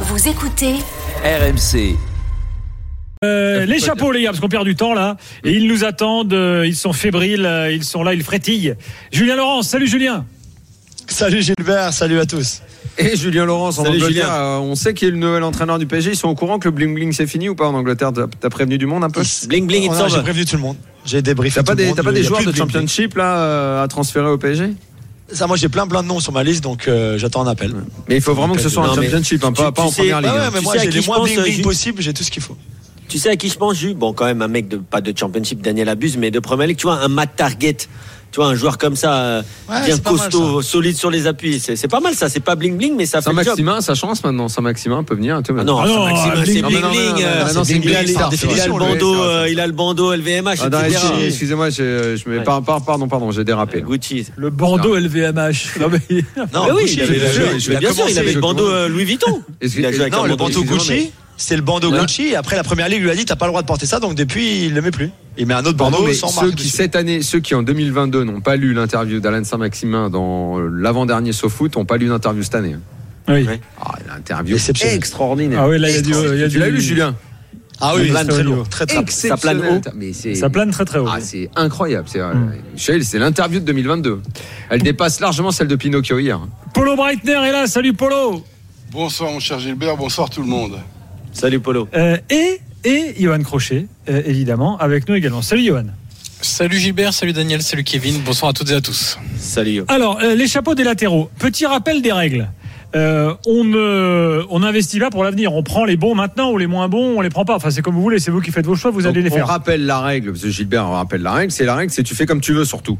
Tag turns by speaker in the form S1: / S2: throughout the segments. S1: Vous écoutez
S2: RMC.
S3: Euh, les chapeaux, les gars, parce qu'on perd du temps là. Et ils nous attendent, euh, ils sont fébriles, euh, ils sont là, ils frétillent. Julien Laurence, salut Julien.
S4: Salut Gilbert, salut à tous.
S5: Et Julien Laurence en
S4: Salut,
S5: Angleterre,
S4: Julien.
S5: euh, on sait qu'il est le nouvel entraîneur du PSG. Ils sont au courant que le bling bling c'est fini ou pas en Angleterre T'as t'as prévenu du monde un peu
S2: Bling bling,
S4: Oh
S2: it's
S4: non, J'ai
S2: over.
S4: prévenu tout le monde. J'ai débriefé.
S5: T'as pas
S4: tout le
S5: des,
S4: monde.
S5: t'as pas
S4: Il
S5: des
S4: y a
S5: joueurs
S4: plus
S5: de
S4: bling-bling.
S5: Championship là euh, à transférer au PSG
S4: Ça, moi j'ai plein plein de noms sur ma liste, donc euh, j'attends un appel.
S5: Mais il faut vraiment que ce soit
S2: Non,
S5: un
S2: mais
S5: Championship, hein,
S2: tu-
S5: pas,
S2: tu
S5: pas en
S2: sais-
S5: première
S4: Ah
S5: ligue.
S4: ouais,
S5: hein.
S4: mais
S2: Tu
S4: moi
S2: sais à
S4: j'ai
S2: qui
S4: les
S2: je
S4: moins
S2: pense,
S4: bling-bling
S2: Gilles
S4: possible, j'ai tout ce qu'il faut.
S2: Tu sais à qui je pense, Jules Bon, quand même, un mec de, pas de championship, Daniel Abuse, mais de première ligue, tu vois, un Matt Target. Tu vois, un joueur comme ça, euh,
S4: Ouais,
S2: bien
S4: c'est pas mal,
S2: costaud, solide sur les appuis. C'est c'est pas mal ça, c'est pas bling bling, mais ça fait le job.
S5: Saint-Maximin, sa chance maintenant. Saint-Maximin peut venir. tu vois,
S2: Ah non,
S3: Ah non,
S2: Saint-Maximin,
S3: bling,
S2: c'est
S3: bling,
S2: bling
S5: non, non,
S2: bling.
S5: non,
S2: euh,
S5: non, non,
S2: c'est
S5: c'est
S2: bling,
S5: bling,
S2: bling,
S5: star,
S2: il
S5: c'est
S2: a le
S5: vrai,
S2: bandeau,
S5: c'est vrai.
S2: euh, il a le bandeau LVMH,
S5: Ah, non,
S2: etc.
S5: excuse- Excusez-moi, je, je mets-
S2: Ouais.
S5: par- par- pardon, pardon, j'ai dérapé. là.
S2: Gucci.
S3: Le bandeau LVMH. Non, mais-
S2: Ah oui,
S4: Gucci,
S2: il avait
S4: il a-
S2: bien sûr,
S5: je vais
S2: bien sûr, il
S5: commencer,
S2: avait
S5: je
S2: le bandeau
S5: commence.
S2: euh, Louis Vuitton.
S5: Est-ce-
S2: Il a joué avec un
S4: Non, le
S2: bandeau
S4: bandeau
S2: Louis Vuitton,
S4: Gucci, c'est le bandeau
S5: Ouais.
S4: Gucci. Et après la première ligue lui a dit t'as pas le droit de porter ça, donc depuis il le met plus. Il met un autre
S5: Pardon,
S4: bandeau
S5: mais
S4: sans
S5: ceux
S4: marque.
S5: qui
S4: dessus.
S5: cette année, ceux qui en 2022 n'ont pas lu l'interview d'Alain Saint-Maximin dans l'avant-dernier SoFoot, n'ont pas lu l'interview cette année. hein.
S3: Oui.
S2: Ouais.
S5: Ah, l'interview
S4: Exceptionnel.
S5: extraordinaire.
S3: Ah oui, là, il y a du. il y a
S5: tu
S3: du-
S5: l'as lu, Julien
S4: Ah oui,
S3: Plane
S4: très
S3: très
S4: lourd,
S3: haut.
S4: très très.
S5: Exceptionnel.
S2: Ça plane haut.
S5: Mais c'est-
S3: Ça plane très très haut. Hmm.
S5: Ah, c'est incroyable. C'est, euh, Michel, c'est l'interview de 2022. Elle dépasse largement celle de hein. Pinocchio hier.
S3: Polo Breitner est là, salut Polo.
S6: Bonsoir mon cher Gilbert, bonsoir tout le monde.
S2: Salut Polo.
S3: Euh, et, et Johan Crochet, euh, évidemment, avec nous également. Salut Johan.
S7: Salut Gilbert, salut Daniel, salut Kevin, bonsoir à toutes et à tous.
S2: Salut.
S3: Alors, euh, les chapeaux des latéraux. Petit rappel des règles. Euh, on ne- on n'investit pas pour l'avenir. On prend les bons maintenant ou les moins bons, on les prend pas. Enfin, c'est comme vous voulez. C'est vous qui faites vos choix, vous allez les
S5: Donc, on
S3: faire.
S5: rappelle la règle, parce que Gilbert on rappelle la règle, c'est la règle, c'est tu fais comme tu veux surtout.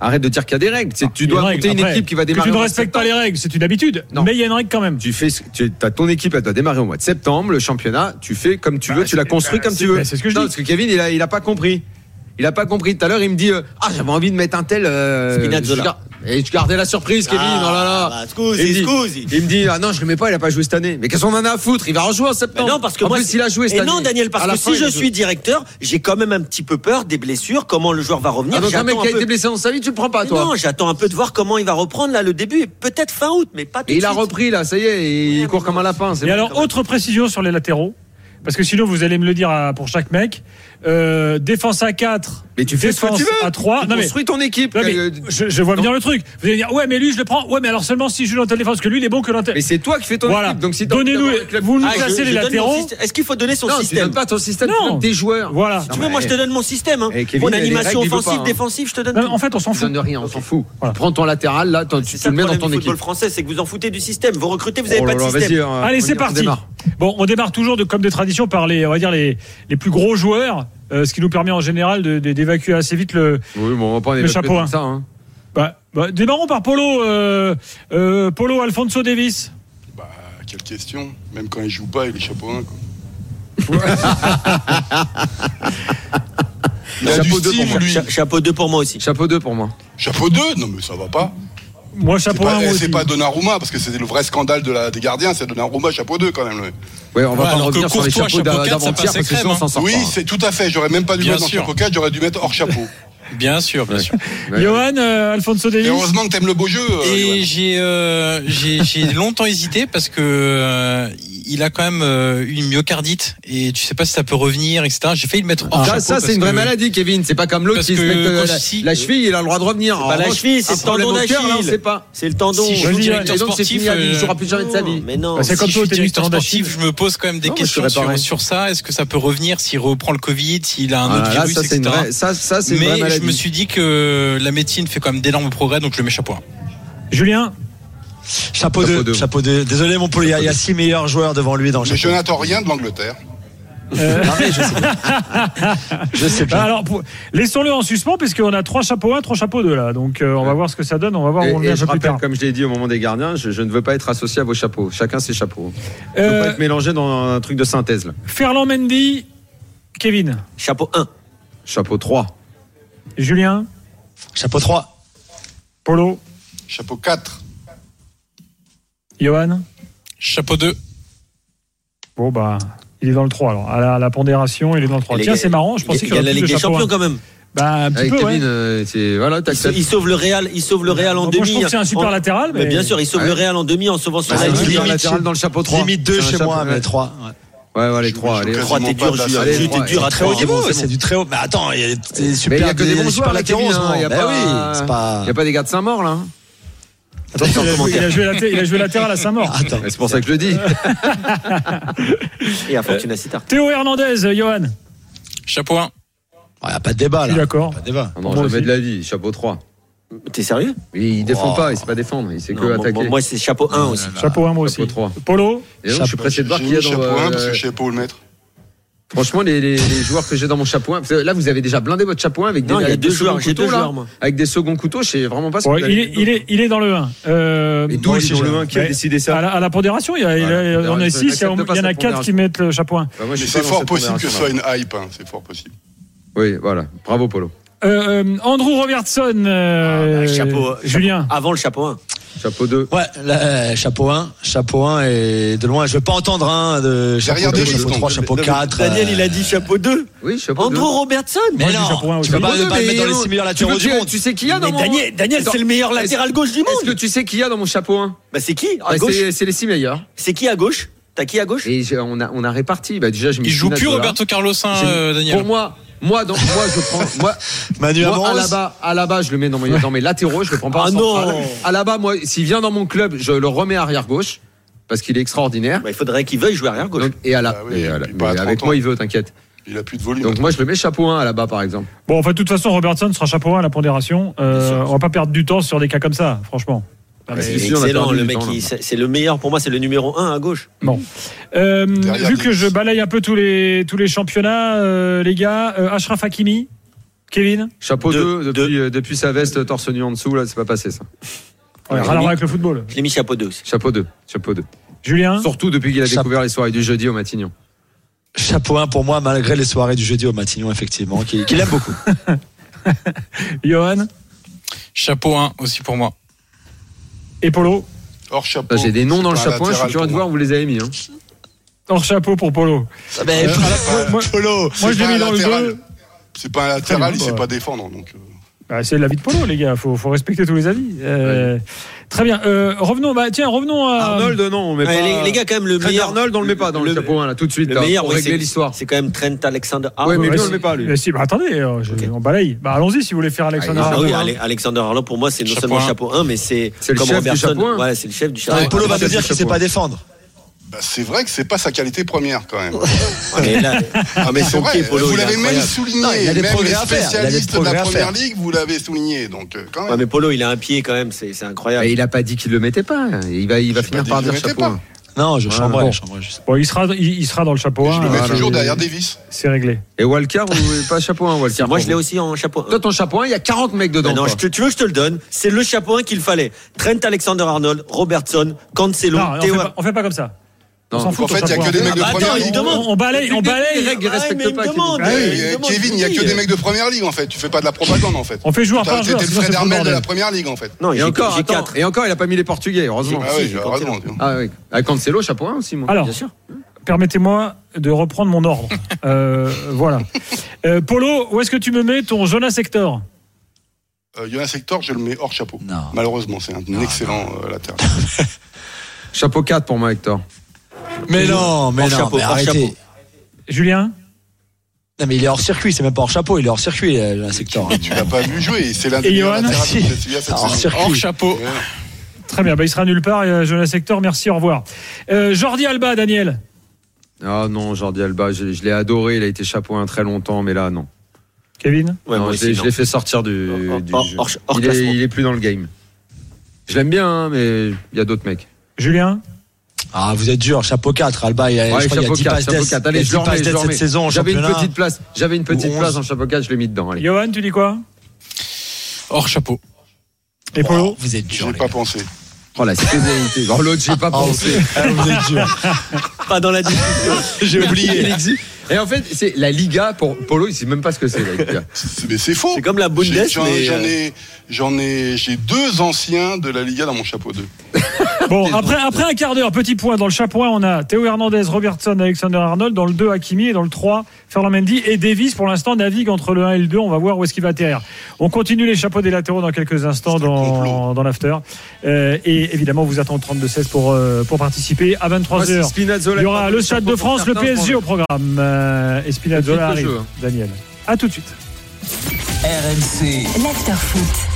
S5: Arrête de dire qu'il y a des règles. C'est, tu
S3: Ah, Il y a
S5: dois
S3: une
S5: monter
S3: règle.
S5: une
S3: Après,
S5: équipe qui va
S3: que
S5: démarrer.
S3: Tu ne
S5: au mois de
S3: respectes pas les
S5: septembre.
S3: règles, c'est une habitude.
S5: Non.
S3: Mais il y a une règle quand même.
S5: Tu fais, ce- tu as ton équipe, elle doit démarrer au mois de septembre. Le championnat, tu fais comme tu veux, tu la construis comme tu
S3: c'est- bah,
S5: veux.
S3: c'est ce que je
S5: Non,
S3: dis.
S5: Parce que Kevin, il a, il a pas compris. Il a pas compris. Tout à l'heure, il me dit euh, Ah, j'avais envie de mettre un tel. euh,
S2: Spinazzola.
S5: je gar- Et tu gardais la surprise, Kevin.
S2: Ah,
S5: oh là là.
S2: bah, scusi,
S5: Et il dit-
S2: scusi.
S5: Il me dit Ah non, je le mets pas, il a pas joué cette année. Mais qu'est-ce qu'on en a à foutre Il va rejouer en
S2: Mais
S5: septembre.
S2: non, parce que
S5: en
S2: moi.
S5: plus, il a joué cette
S2: Et
S5: année.
S2: non, Daniel, parce
S5: À la
S2: que
S5: fin,
S2: si
S5: il a
S2: je
S5: joué.
S2: suis directeur, j'ai quand même un petit peu peur des blessures, comment le joueur va revenir.
S5: Ah, donc un
S2: J'attends
S5: mec
S2: un
S5: qui a
S2: peu-
S5: été blessé dans sa vie, tu le prends pas,
S2: Mais
S5: toi.
S2: Non, j'attends un peu de voir comment il va reprendre là le début, et peut-être fin août, mais pas tout
S5: Et
S2: de
S5: il a
S2: suite.
S5: repris, là, ça y est, et
S2: Ouais,
S5: il court
S2: mais
S5: comme un lapin. c'est
S3: Et
S5: bon,
S3: alors,
S5: quand même.
S3: autre précision sur les latéraux, parce que sinon vous allez me le dire à- pour chaque mec. Euh, défense à 4,
S5: Mais tu fais ce que
S3: défense
S5: tu veux.
S3: à 3.
S5: Tu
S3: Non mais,
S5: construis ton équipe.
S3: non, mais
S5: Euh,
S3: je, je vois bien le truc. Vous allez dire, ouais, mais lui, je le prends. Ouais, mais alors seulement si je joue dans telle défense, parce que lui, il est bon que dans telle.
S5: Mais c'est toi qui fais ton
S3: Voilà.
S5: équipe. Donc si t'as envie
S3: Donnez-nous,
S5: d'avoir un club-
S3: vous nous
S2: Ah, je-
S3: classez
S2: je
S3: les
S2: donne mon
S3: latéraux.
S2: syst- Est-ce qu'il faut donner son
S5: Non, tu
S2: système
S5: donnes pas ton système,
S3: Non.
S5: tu donnes tes joueurs.
S3: Voilà.
S5: Non,
S2: Tu veux, moi je te donne mon système. Hein.
S5: Eh, Kevin,
S2: mon
S5: il y a des
S2: animation
S5: règles, il veut
S2: offensive,
S5: pas, hein.
S2: défensive, je te donne.
S3: Non, mais
S2: tout.
S3: en fait, on s'en
S5: Tu
S3: fout.
S5: donnes rien, on s'en fout.
S3: Voilà.
S5: Tu prends ton latéral, là, t'en- tu,
S2: C'est ça
S5: le mets dans
S2: problème
S5: ton
S2: du
S5: équipe.
S2: football français, c'est que vous en foutez du système. Vous recrutez, vous n'avez
S5: Oh
S2: pas
S5: là
S2: de
S5: là,
S2: système.
S5: vas-y, euh,
S3: Allez,
S5: on y-
S3: c'est
S5: on
S3: parti.
S5: démarre.
S3: Bon, on démarre toujours de, comme de tradition par les, on va dire les, les plus gros joueurs, euh, ce qui nous permet en général de- de- d'évacuer assez vite le.
S5: Oui, bon, on va pas en
S3: Le
S5: évacuer
S3: chapeau,
S5: comme
S3: hein.
S5: ça. hein.
S3: Bah, bah, démarrons par Polo, euh, euh, Polo Alfonso Davis.
S6: Bah, quelle question Même quand il joue pas, il est chapeau 1. Quoi. il a
S5: Chapeau
S6: du
S5: deux
S6: style,
S5: pour moi.
S6: lui.
S2: Cha- Chapeau 2 pour moi aussi.
S5: Chapeau 2 pour moi.
S6: Chapeau 2 Non, mais ça va pas.
S3: Moi,
S6: C'est
S3: chapeau
S6: pas,
S3: 1
S6: eh, c'est pas Donnarumma, parce que c'était le vrai scandale de la, des gardiens, c'est Donnarumma, chapeau 2 quand même. le-
S5: Ouais, on va
S7: Ouais,
S5: pas
S7: alors
S5: revenir
S7: que
S5: sur les
S7: Courtois,
S5: chapeaux
S7: chapeau
S5: d'a-
S7: quatre, ça
S5: d'avant-hier
S7: passe
S5: parce que sinon,
S7: crème,
S5: on s'en sort
S6: Oui,
S5: pas.
S6: c'est tout à fait. J'aurais même pas dû
S7: Bien
S6: mettre
S7: sûr.
S6: dans chapeau 4, j'aurais dû mettre hors chapeau.
S7: Bien sûr, bien sûr.
S5: Ouais.
S3: Johan, euh, Alfonso
S6: Et
S3: Davis.
S6: heureusement que t'aimes le beau jeu. euh, Johan.
S7: Et j'ai euh, j'ai j'ai longtemps hésité parce que euh, il a quand même euh, eu une myocardite et tu sais pas si ça peut revenir, etc. J'ai failli le mettre hors
S5: Ça,
S7: chapeau
S5: Ah, ça
S7: parce
S5: c'est une vraie
S7: que-
S5: maladie, Kevin. C'est pas comme l'autre
S7: Parce
S5: qui se
S7: que
S5: met euh,
S7: quand
S5: la,
S7: si-
S5: la cheville, il a le droit de venir. En
S2: Pas la
S5: revanche,
S2: cheville,
S5: un
S2: c'est le
S5: problème
S2: tendon
S5: au cœur, là, on sait
S2: d'Achille.
S5: pas.
S2: C'est le tendon.
S7: Si
S3: Vas-y,
S7: je suis
S3: Johan.
S7: directeur
S5: Et donc, c'est
S7: sportif,
S5: fini, à vie, il
S7: euh,
S5: jouera plus jamais de sa vie.
S2: Mais non.
S3: Bah, c'est
S7: si
S3: comme
S7: je
S3: toi au
S7: suis
S3: tennis,
S7: directeur
S3: t'en as
S7: sportif,
S3: d'Achille.
S7: je me pose quand même des
S5: Non, moi, je
S7: questions
S5: serais pas
S7: sur,
S5: rien.
S7: sur ça. Est-ce que ça peut revenir s'il reprend le Covid, s'il a un autre
S5: Ah, Là,
S7: virus,
S5: ça, c'est une
S7: etc.
S5: vraie ça- ça, c'est une vraie
S7: Mais je
S5: maladie.
S7: me suis dit que la médecine fait quand même d'énormes progrès, donc je le mets chapeau.
S3: Julien,
S4: Chapeau
S5: Chapeau
S4: 2,
S5: deux.
S4: chapeau 2. Désolé mon Polo, il y a- il y a 6 meilleurs joueurs devant lui dans le
S6: Mais je
S4: championnat.
S6: n'attends rien de l'Angleterre.
S4: Non, mais je sais bien. Je sais bien.
S3: Bah, alors pour- laissons-le en suspens parce qu'on a trois chapeaux 1, trois chapeaux 2 là. Donc euh, on va voir ce que ça donne, on va voir
S5: Et,
S3: où on
S5: et
S3: est un
S5: je
S3: peu plus
S5: rappelle,
S3: tard.
S5: comme je l'ai dit au moment des gardiens, je, je ne veux pas être associé à vos chapeaux. Chacun ses chapeaux. Je veux
S3: Euh,
S5: pas être mélangé dans un truc de synthèse. Là.
S3: Ferland Mendy, Kevin,
S2: Chapeau 1.
S5: Chapeau 3.
S3: Julien,
S4: Chapeau 3.
S3: Polo,
S6: Chapeau 4.
S3: Johan.
S7: Chapeau 2.
S3: Bon bah. Il est dans le 3 alors. À la, à la pondération, il est dans le 3.
S2: Les
S3: Tiens,
S2: gars-
S3: c'est marrant, je pensais
S2: Il
S3: qu'il
S2: y
S3: y
S2: a la
S3: aurait plus
S2: Ligue
S3: de
S2: des
S3: chapeaux
S2: Champions Ah,
S3: 1.
S2: quand même.
S3: Bah, un petit
S5: Avec
S3: peu, ouais.
S5: Kevin, euh, c'est- voilà,
S2: Il, sau-
S5: t'acceptes.
S2: il sauve le Real, il sauve le Real en
S3: Moi,
S2: demi.
S3: je trouve que c'est un super
S2: en-
S3: latéral, mais,
S2: Mais bien sûr, il sauve
S5: Ouais.
S2: le Real en demi en sauvant son
S5: Ah, c'est un
S2: Real.
S4: limite,
S5: super
S4: limite,
S5: latéral dans le chapeau 3.
S4: Limite 2
S5: C'est un
S4: chez
S5: chapeau-
S4: moi, mais 3.
S5: Ouais, ouais, les
S6: Je-
S5: 3.
S6: je-
S5: Allez,
S6: je-
S5: on-
S2: Trois, t'es dur,
S6: Quasiment
S2: Jules.
S6: pas de la
S2: Jules,
S5: saison.
S2: t'es dur à
S4: Ah, Très
S2: trois.
S4: haut niveau,
S5: bon, c'est
S4: c'est du très haut. Mais attends, il y a des- des
S5: Mais il y
S4: super
S5: a que des bons
S4: des
S5: joueurs
S4: super
S5: là, Kevin.
S4: latéraux en ce
S5: hein,
S4: moment.
S5: Il n'y a,
S4: Bah oui, c'est
S5: pas...
S4: pas.
S5: il y a pas des gars de Saint-Maur là. hein.
S3: il, a joué, il a joué laté- il a joué latéral à Saint-Maur.
S4: Attends.
S5: Ouais, C'est pour ça que je le dis.
S2: Et à Fortuna Citar.
S3: Théo Hernandez, euh, Johan,
S7: Chapeau 1.
S4: Il n'y a pas de débat
S3: je suis
S4: là.
S3: d'accord.
S4: Pas de débat.
S5: Non,
S3: Moi
S5: jamais
S3: aussi.
S5: de la vie, chapeau 3.
S2: T'es sérieux
S5: Il il défend
S4: Oh.
S5: pas, il sait pas défendre, il sait que
S2: Non, moi-
S5: attaquer.
S2: moi, Moi, c'est chapeau 1 aussi.
S3: Chapeau 1, moi aussi.
S5: Chapeau 3.
S3: Polo,
S5: Et donc, Ah, je suis pressé de voir
S6: J'ai
S5: qui y a
S6: mis
S5: dans
S6: chapeau
S5: euh,
S6: 1 parce que je sais pas où le mettre.
S5: Franchement, les, les- les joueurs que j'ai dans mon chapeau 1, parce que là, vous avez déjà blindé votre chapeau 1 avec des,
S2: Non, il y a
S5: avec
S2: deux
S5: des
S2: joueurs,
S5: seconds
S2: j'ai deux
S5: couteaux, là.
S2: joueurs, moi.
S5: Avec des seconds couteaux, je sais vraiment pas ce
S3: Bon,
S5: que vous
S3: il,
S5: avez
S3: est,
S5: mis
S3: il, est, il est dans le 1. Euh,
S5: Et d'où
S3: moi
S5: il est
S3: aussi,
S5: dans le
S3: j'ai-
S5: 1, qui a
S3: Mais
S5: décidé ça
S3: à la, à la pondération, il y a, il y a-
S5: Voilà,
S3: on a
S5: pondération,
S3: 6, il y, a-
S5: n'accepte pas
S3: il y en a
S5: cette
S3: 4 qui
S5: pondération.
S3: mettent le chapeau 1.
S5: Bah, moi, je suis
S6: Mais
S5: pas
S6: c'est
S5: dans
S6: fort
S5: cette
S6: possible que ce soit
S5: pondération-là.
S6: une hype, hein, c'est fort possible.
S5: Oui, voilà. Bravo, Polo.
S3: Euh, euh, Andrew Robertson, euh,
S2: Ah, bah, chapeau,
S3: Julien.
S2: Avant le chapeau 1.
S5: Chapeau 2.
S4: Ouais, là, euh, chapeau 1, chapeau 1 et de loin, je vais pas entendre hein, de chapeau
S6: regardé
S4: 2,
S6: juste
S4: chapeau
S6: en-
S4: 3, chapeau
S6: Daniel,
S4: 4.
S2: Daniel,
S4: euh,
S2: il a dit chapeau 2.
S5: Oui, chapeau 2.
S2: Andrew Robertson
S4: Mais
S3: Moi, j'ai
S4: non,
S3: chapeau un
S4: tu
S3: aussi.
S4: peux pas
S5: Oui,
S4: ne pas le
S5: mais
S4: mettre dans les
S5: on-
S4: 6 meilleurs
S5: tu veux
S4: latéraux du
S5: dire-
S4: monde.
S5: Tu sais qui y a dans
S2: Mais
S5: mon.
S2: Daniel, Daniel
S5: Attends,
S2: c'est le meilleur latéral gauche du
S5: Est-ce que
S2: monde.
S5: tu sais qui y a dans mon chapeau 1
S2: Bah, c'est qui à
S5: Bah,
S2: gauche
S5: c'est c'est les 6 meilleurs.
S2: C'est qui à gauche T'as qui à gauche
S5: Et j'ai- on a, on a réparti. Bah, déjà, je
S7: Il joue plus Roberto Carlos, hein,
S5: J'ai-
S7: euh, Daniel.
S5: Pour moi, moi, dans, moi, je prends. Moi,
S4: Manu
S5: moi, à
S4: Amoros,
S5: la bas, à la bas, je le mets dans mes, dans mes latéraux. Je le prends pas.
S2: Ah
S5: en
S2: non.
S5: central. À la bas, moi, s'il vient dans mon club, je le remets arrière gauche parce qu'il est extraordinaire.
S2: Bah, Il faudrait qu'il veuille jouer arrière gauche.
S5: Donc, et à la,
S6: Bah oui,
S5: et à la-
S6: il part à
S5: mais avec
S6: 30 ans.
S5: moi, il veut, t'inquiète.
S6: Il a plus de volume.
S5: Donc moi, je le mets chapeau 1 à la bas, par exemple.
S3: Bon, en fait, de toute façon, Robertson sera chapeau 1 à la pondération. Euh, on va pas perdre du temps sur des cas comme ça, franchement.
S5: Ah,
S2: C'est
S5: mais si, on a
S2: excellent,
S5: perdu
S2: le
S5: du
S2: mec,
S5: temps, là.
S2: il- c'est c'est le meilleur pour moi, c'est le numéro 1 à gauche.
S3: Bon. Euh,
S6: Derrière
S3: vu que
S6: Nice.
S3: je balaye un peu tous les, tous les championnats, euh, les gars, euh, Ashraf Hakimi, Kevin
S5: Chapeau
S2: Deux,
S5: 2, depuis, euh, depuis sa veste torse nu en dessous, là, c'est pas passé, ça.
S3: ouais, rien à voir avec le football.
S2: Je l'ai mis chapeau 2 aussi.
S5: Chapeau 2, chapeau 2.
S3: Julien
S2: Hein
S5: Surtout depuis qu'il a
S4: Chapeau-
S5: découvert les soirées du jeudi au Matignon.
S4: chapeau 1 pour moi, malgré les soirées du jeudi au Matignon, effectivement, qu'il qu'il aime beaucoup.
S3: Johan
S7: Chapeau 1 aussi pour moi.
S3: et Polo.
S6: Hors chapeau.
S5: Là, J'ai des noms
S6: Oh, c'est
S5: dans le
S6: pas
S5: chapeau 1, je suis
S6: latéral
S5: curieux de
S6: pour
S5: voir
S6: moi.
S5: où vous les avez mis. hein.
S3: Hors chapeau pour Polo.
S4: Mais
S6: Euh,
S3: Moi- moi-
S6: Polo,
S3: moi,
S6: c'est
S3: je l'ai
S6: pas
S3: mis
S6: un
S3: dans le
S6: latéral.
S3: jeu.
S6: C'est pas un
S3: bien,
S6: latéral, il sait
S3: bah.
S6: pas défendre. Donc, euh,
S3: Bah, c'est l'avis de Polo, les gars. Faut, faut respecter tous les avis. Euh, Très bien. Euh, revenons. Bah, tiens, revenons à.
S5: Arnold, non, on met
S2: Ah, Ouais,
S5: pas.
S2: les, les gars, quand même, le
S5: Trent
S2: meilleur.
S5: Arnold, on le met pas dans le, chapeau 1, là, tout de suite,
S2: le
S5: là,
S2: meilleur,
S5: pour
S2: ouais,
S5: régler
S2: c'est-
S5: l'hisar.
S2: C'est quand même Trent Alexander
S5: Ouais,
S2: Arnold.
S5: mais lui, on
S3: si-
S5: le met pas, lui.
S3: mais si, bah, attendez, euh, je-
S5: Ok.
S3: on balaye. Bah, allons-y si vous voulez faire Alexandre.
S5: Ah,
S2: Ah
S3: Arnold,
S2: oui,
S3: hein.
S2: Ale- Alexander Arnold, pour moi, c'est non
S7: Chapeau
S2: seulement
S7: un.
S2: chapeau 1, mais c'est
S5: C'est le
S2: comme
S5: chef du
S2: Robertson.
S5: chapeau un.
S2: Ouais, c'est le chef du
S4: Non,
S2: chapeau
S4: mais
S2: un.
S4: Polo va
S5: c'est
S4: te dire qu'il
S5: Ah, chapeau
S4: sait
S5: un.
S4: pas défendre.
S6: bah, c'est vrai que c'est pas sa qualité première quand même.
S2: Mais là- Ah, mais
S6: C'est
S2: son
S6: vrai,
S2: pied, Polo.
S6: vous
S2: il est
S6: l'avez même
S2: incroyable.
S6: souligné.
S4: Non, il a des
S6: même
S4: progrès
S6: les
S4: à faire, il a des
S6: spécialistes de
S4: progrès
S6: la
S4: à
S6: première
S4: faire.
S6: ligue vous l'avez souligné. Donc, euh, quand
S2: Ouais,
S6: même.
S2: mais Polo, il a un pied quand même, c'est c'est
S5: Bah,
S2: incroyable.
S5: il a pas dit qu'il le mettait pas. hein. Il va, il va
S6: J'ai
S5: finir
S6: pas
S5: par
S6: dit que
S5: dire
S6: je le
S5: chapeau
S6: mettais
S5: 1.
S4: Non, je
S5: Ouais,
S4: chambrerai,
S5: bon.
S4: je chambrerai, je sais.
S3: Bon, il sera, il, il sera dans le chapeau 1.
S6: Je le mets
S5: Ah,
S6: toujours
S5: non,
S6: derrière
S5: mais-
S6: Davis.
S3: C'est réglé.
S5: Et Walker, ou pas chapeau 1, Walker.
S2: Moi, je l'ai
S5: pour
S2: aussi en chapeau
S5: vous.
S2: 1.
S5: Toi, ton chapeau 1, il y a 40 mecs dedans.
S2: Mais non,
S5: quoi.
S2: je te- tu veux que je te le donne C'est le chapeau 1 qu'il fallait. Trent Alexander-Arnold, Robertson, Cancelo,
S3: Non, on fait,
S2: Théo.
S3: pas, on fait pas comme ça.
S5: Non,
S3: on s'en fout.
S6: En
S3: ton
S6: fait, il y a
S3: chapeau
S6: que
S3: un.
S6: des mecs de
S2: Ah, bah,
S6: première
S2: attends,
S6: ligue.
S2: il demande.
S3: On balaye, on
S5: Les
S3: balaye.
S5: règles, ils
S2: Ouais,
S5: respectent
S2: mais il
S5: pas.
S2: me
S5: Kevin.
S2: demande.
S3: Ah
S5: Bah oui.
S2: Ouais,
S6: Et, euh,
S2: demande,
S6: Kevin, il n'y a
S2: je
S6: que
S2: dis.
S6: des mecs de première ligue en fait. Tu fais pas de la propagande en fait.
S3: On fait jouer
S6: T'as-
S3: par
S6: T'étais
S3: joueur.
S6: le
S3: sinon
S6: Fred
S3: c'est trop le
S6: Armel de
S3: bordel.
S6: la première ligue en fait.
S2: Non,
S5: Et
S2: j'ai
S5: encore,
S2: j'ai
S5: attends,
S2: quatre.
S5: et encore, il a pas mis les Portugais, heureusement.
S6: Ah oui,
S2: j'ai
S6: heureusement. tu vois.
S5: Ah oui, avec Cancelo, chapeau 1 aussi, moi.
S3: Alors,
S2: Bien sûr.
S3: permettez-moi de reprendre mon ordre. Euh, voilà. Euh, Polo, où est-ce que tu me mets ton Jonas Hector
S6: Euh, Jonas Hector, je le mets hors chapeau.
S4: Non.
S6: Malheureusement, c'est un excellent euh, latéral.
S5: Chapeau 4 pour moi, Hector.
S4: Mais non, mais
S2: Hors
S4: non,
S2: chapeau,
S4: mais
S2: hors chapeau.
S4: arrêtez.
S3: Julien
S4: Non, mais il est hors circuit, c'est même pas hors chapeau, il est hors circuit, euh, le secteur. hein.
S6: Tu l'as pas vu jouer. C'est l'un des
S3: Et
S6: meilleurs
S3: Johan
S6: latéraux
S4: Si.
S6: de Castilla cette
S4: Hors
S6: saison.
S7: Hors
S4: circuit.
S7: chapeau.
S6: Ouais.
S3: Très bien, bah, il sera nulle part. euh, Jonas Hector, merci, au revoir. Euh, Jordi Alba, Daniel.
S5: Ah non, Jordi Alba, je, je l'ai adoré, il a été chapeau 1 très longtemps, mais là, non.
S3: Kevin
S2: Ouais,
S5: Non,
S2: moi
S5: je l'ai-
S2: aussi,
S5: je
S2: non.
S5: l'ai fait sortir du,
S2: Hors-
S5: du
S2: hors-
S5: jeu.
S2: hors- hors
S5: il, est,
S2: classement.
S5: il est plus dans le game. Je l'aime bien, hein, mais il y a d'autres mecs.
S3: Julien
S4: Ah, vous êtes dur, chapeau 4, Alba, il a, Eh, je
S5: Ouais,
S4: crois qu'il y a
S5: chapeau
S4: 10
S5: 4,
S4: passes
S5: chapeau
S4: d'ess-
S5: 4.
S4: il y a
S5: Allez,
S4: 10
S5: je le remets,
S4: passes
S5: je
S4: d'ess
S5: le
S4: cette
S5: remets.
S4: saison en
S5: J'avais une
S4: championnat.
S5: petite place, j'avais une petite
S4: Ou
S5: place
S4: 11.
S5: en chapeau 4, je l'ai mis dedans. Allez.
S3: Johan, tu dis quoi
S7: Hors chapeau.
S3: Et Polo
S4: Oh, Vous êtes
S6: J'y
S4: dur,
S6: ai
S4: les
S6: pas pensé.
S5: Oh la spécialité. Oh l'autre, j'ai pas
S4: Oh,
S5: pensé.
S4: Ah, vous êtes dur.
S2: Pas dans la discussion.
S4: J'ai
S5: Il
S4: oublié.
S5: existe. Et en fait, c'est la Liga pour Polo, il sait même pas ce que c'est la Liga.
S6: C'est- Mais c'est faux.
S2: C'est comme la Bundes,
S6: J'ai- J'en
S2: mais,
S6: j'en
S2: euh,
S6: ai, j'en ai, j'ai deux anciens de la Liga dans mon chapeau 2.
S3: Bon, après, après un quart d'heure, petit point. Dans le chapeau 1, on a Théo Hernandez, Robertson, Alexander Arnold. Dans le 2, Hakimi. Et dans le 3, Fernand Mendy. Et Davis, pour l'instant, navigue entre le 1 et le 2. On va voir où est-ce qu'il va atterrir. On continue les chapeaux des latéraux dans quelques instants
S6: C'est un
S3: dans,
S6: complot.
S3: dans l'after. Euh, et évidemment, on vous attend au 32-16 pour, euh, pour participer à
S5: Moi,
S3: 23
S5: c'est
S3: h
S5: Spinazzola.
S3: Il y aura le Stade de
S5: Pour
S3: France, le
S5: certains, je
S3: PSG au programme. Euh, et Spinazzola
S5: Tout de
S3: arrive.
S5: suite, le jeu, hein.
S3: Daniel. À tout de suite.
S1: RMC.
S8: l'after foot.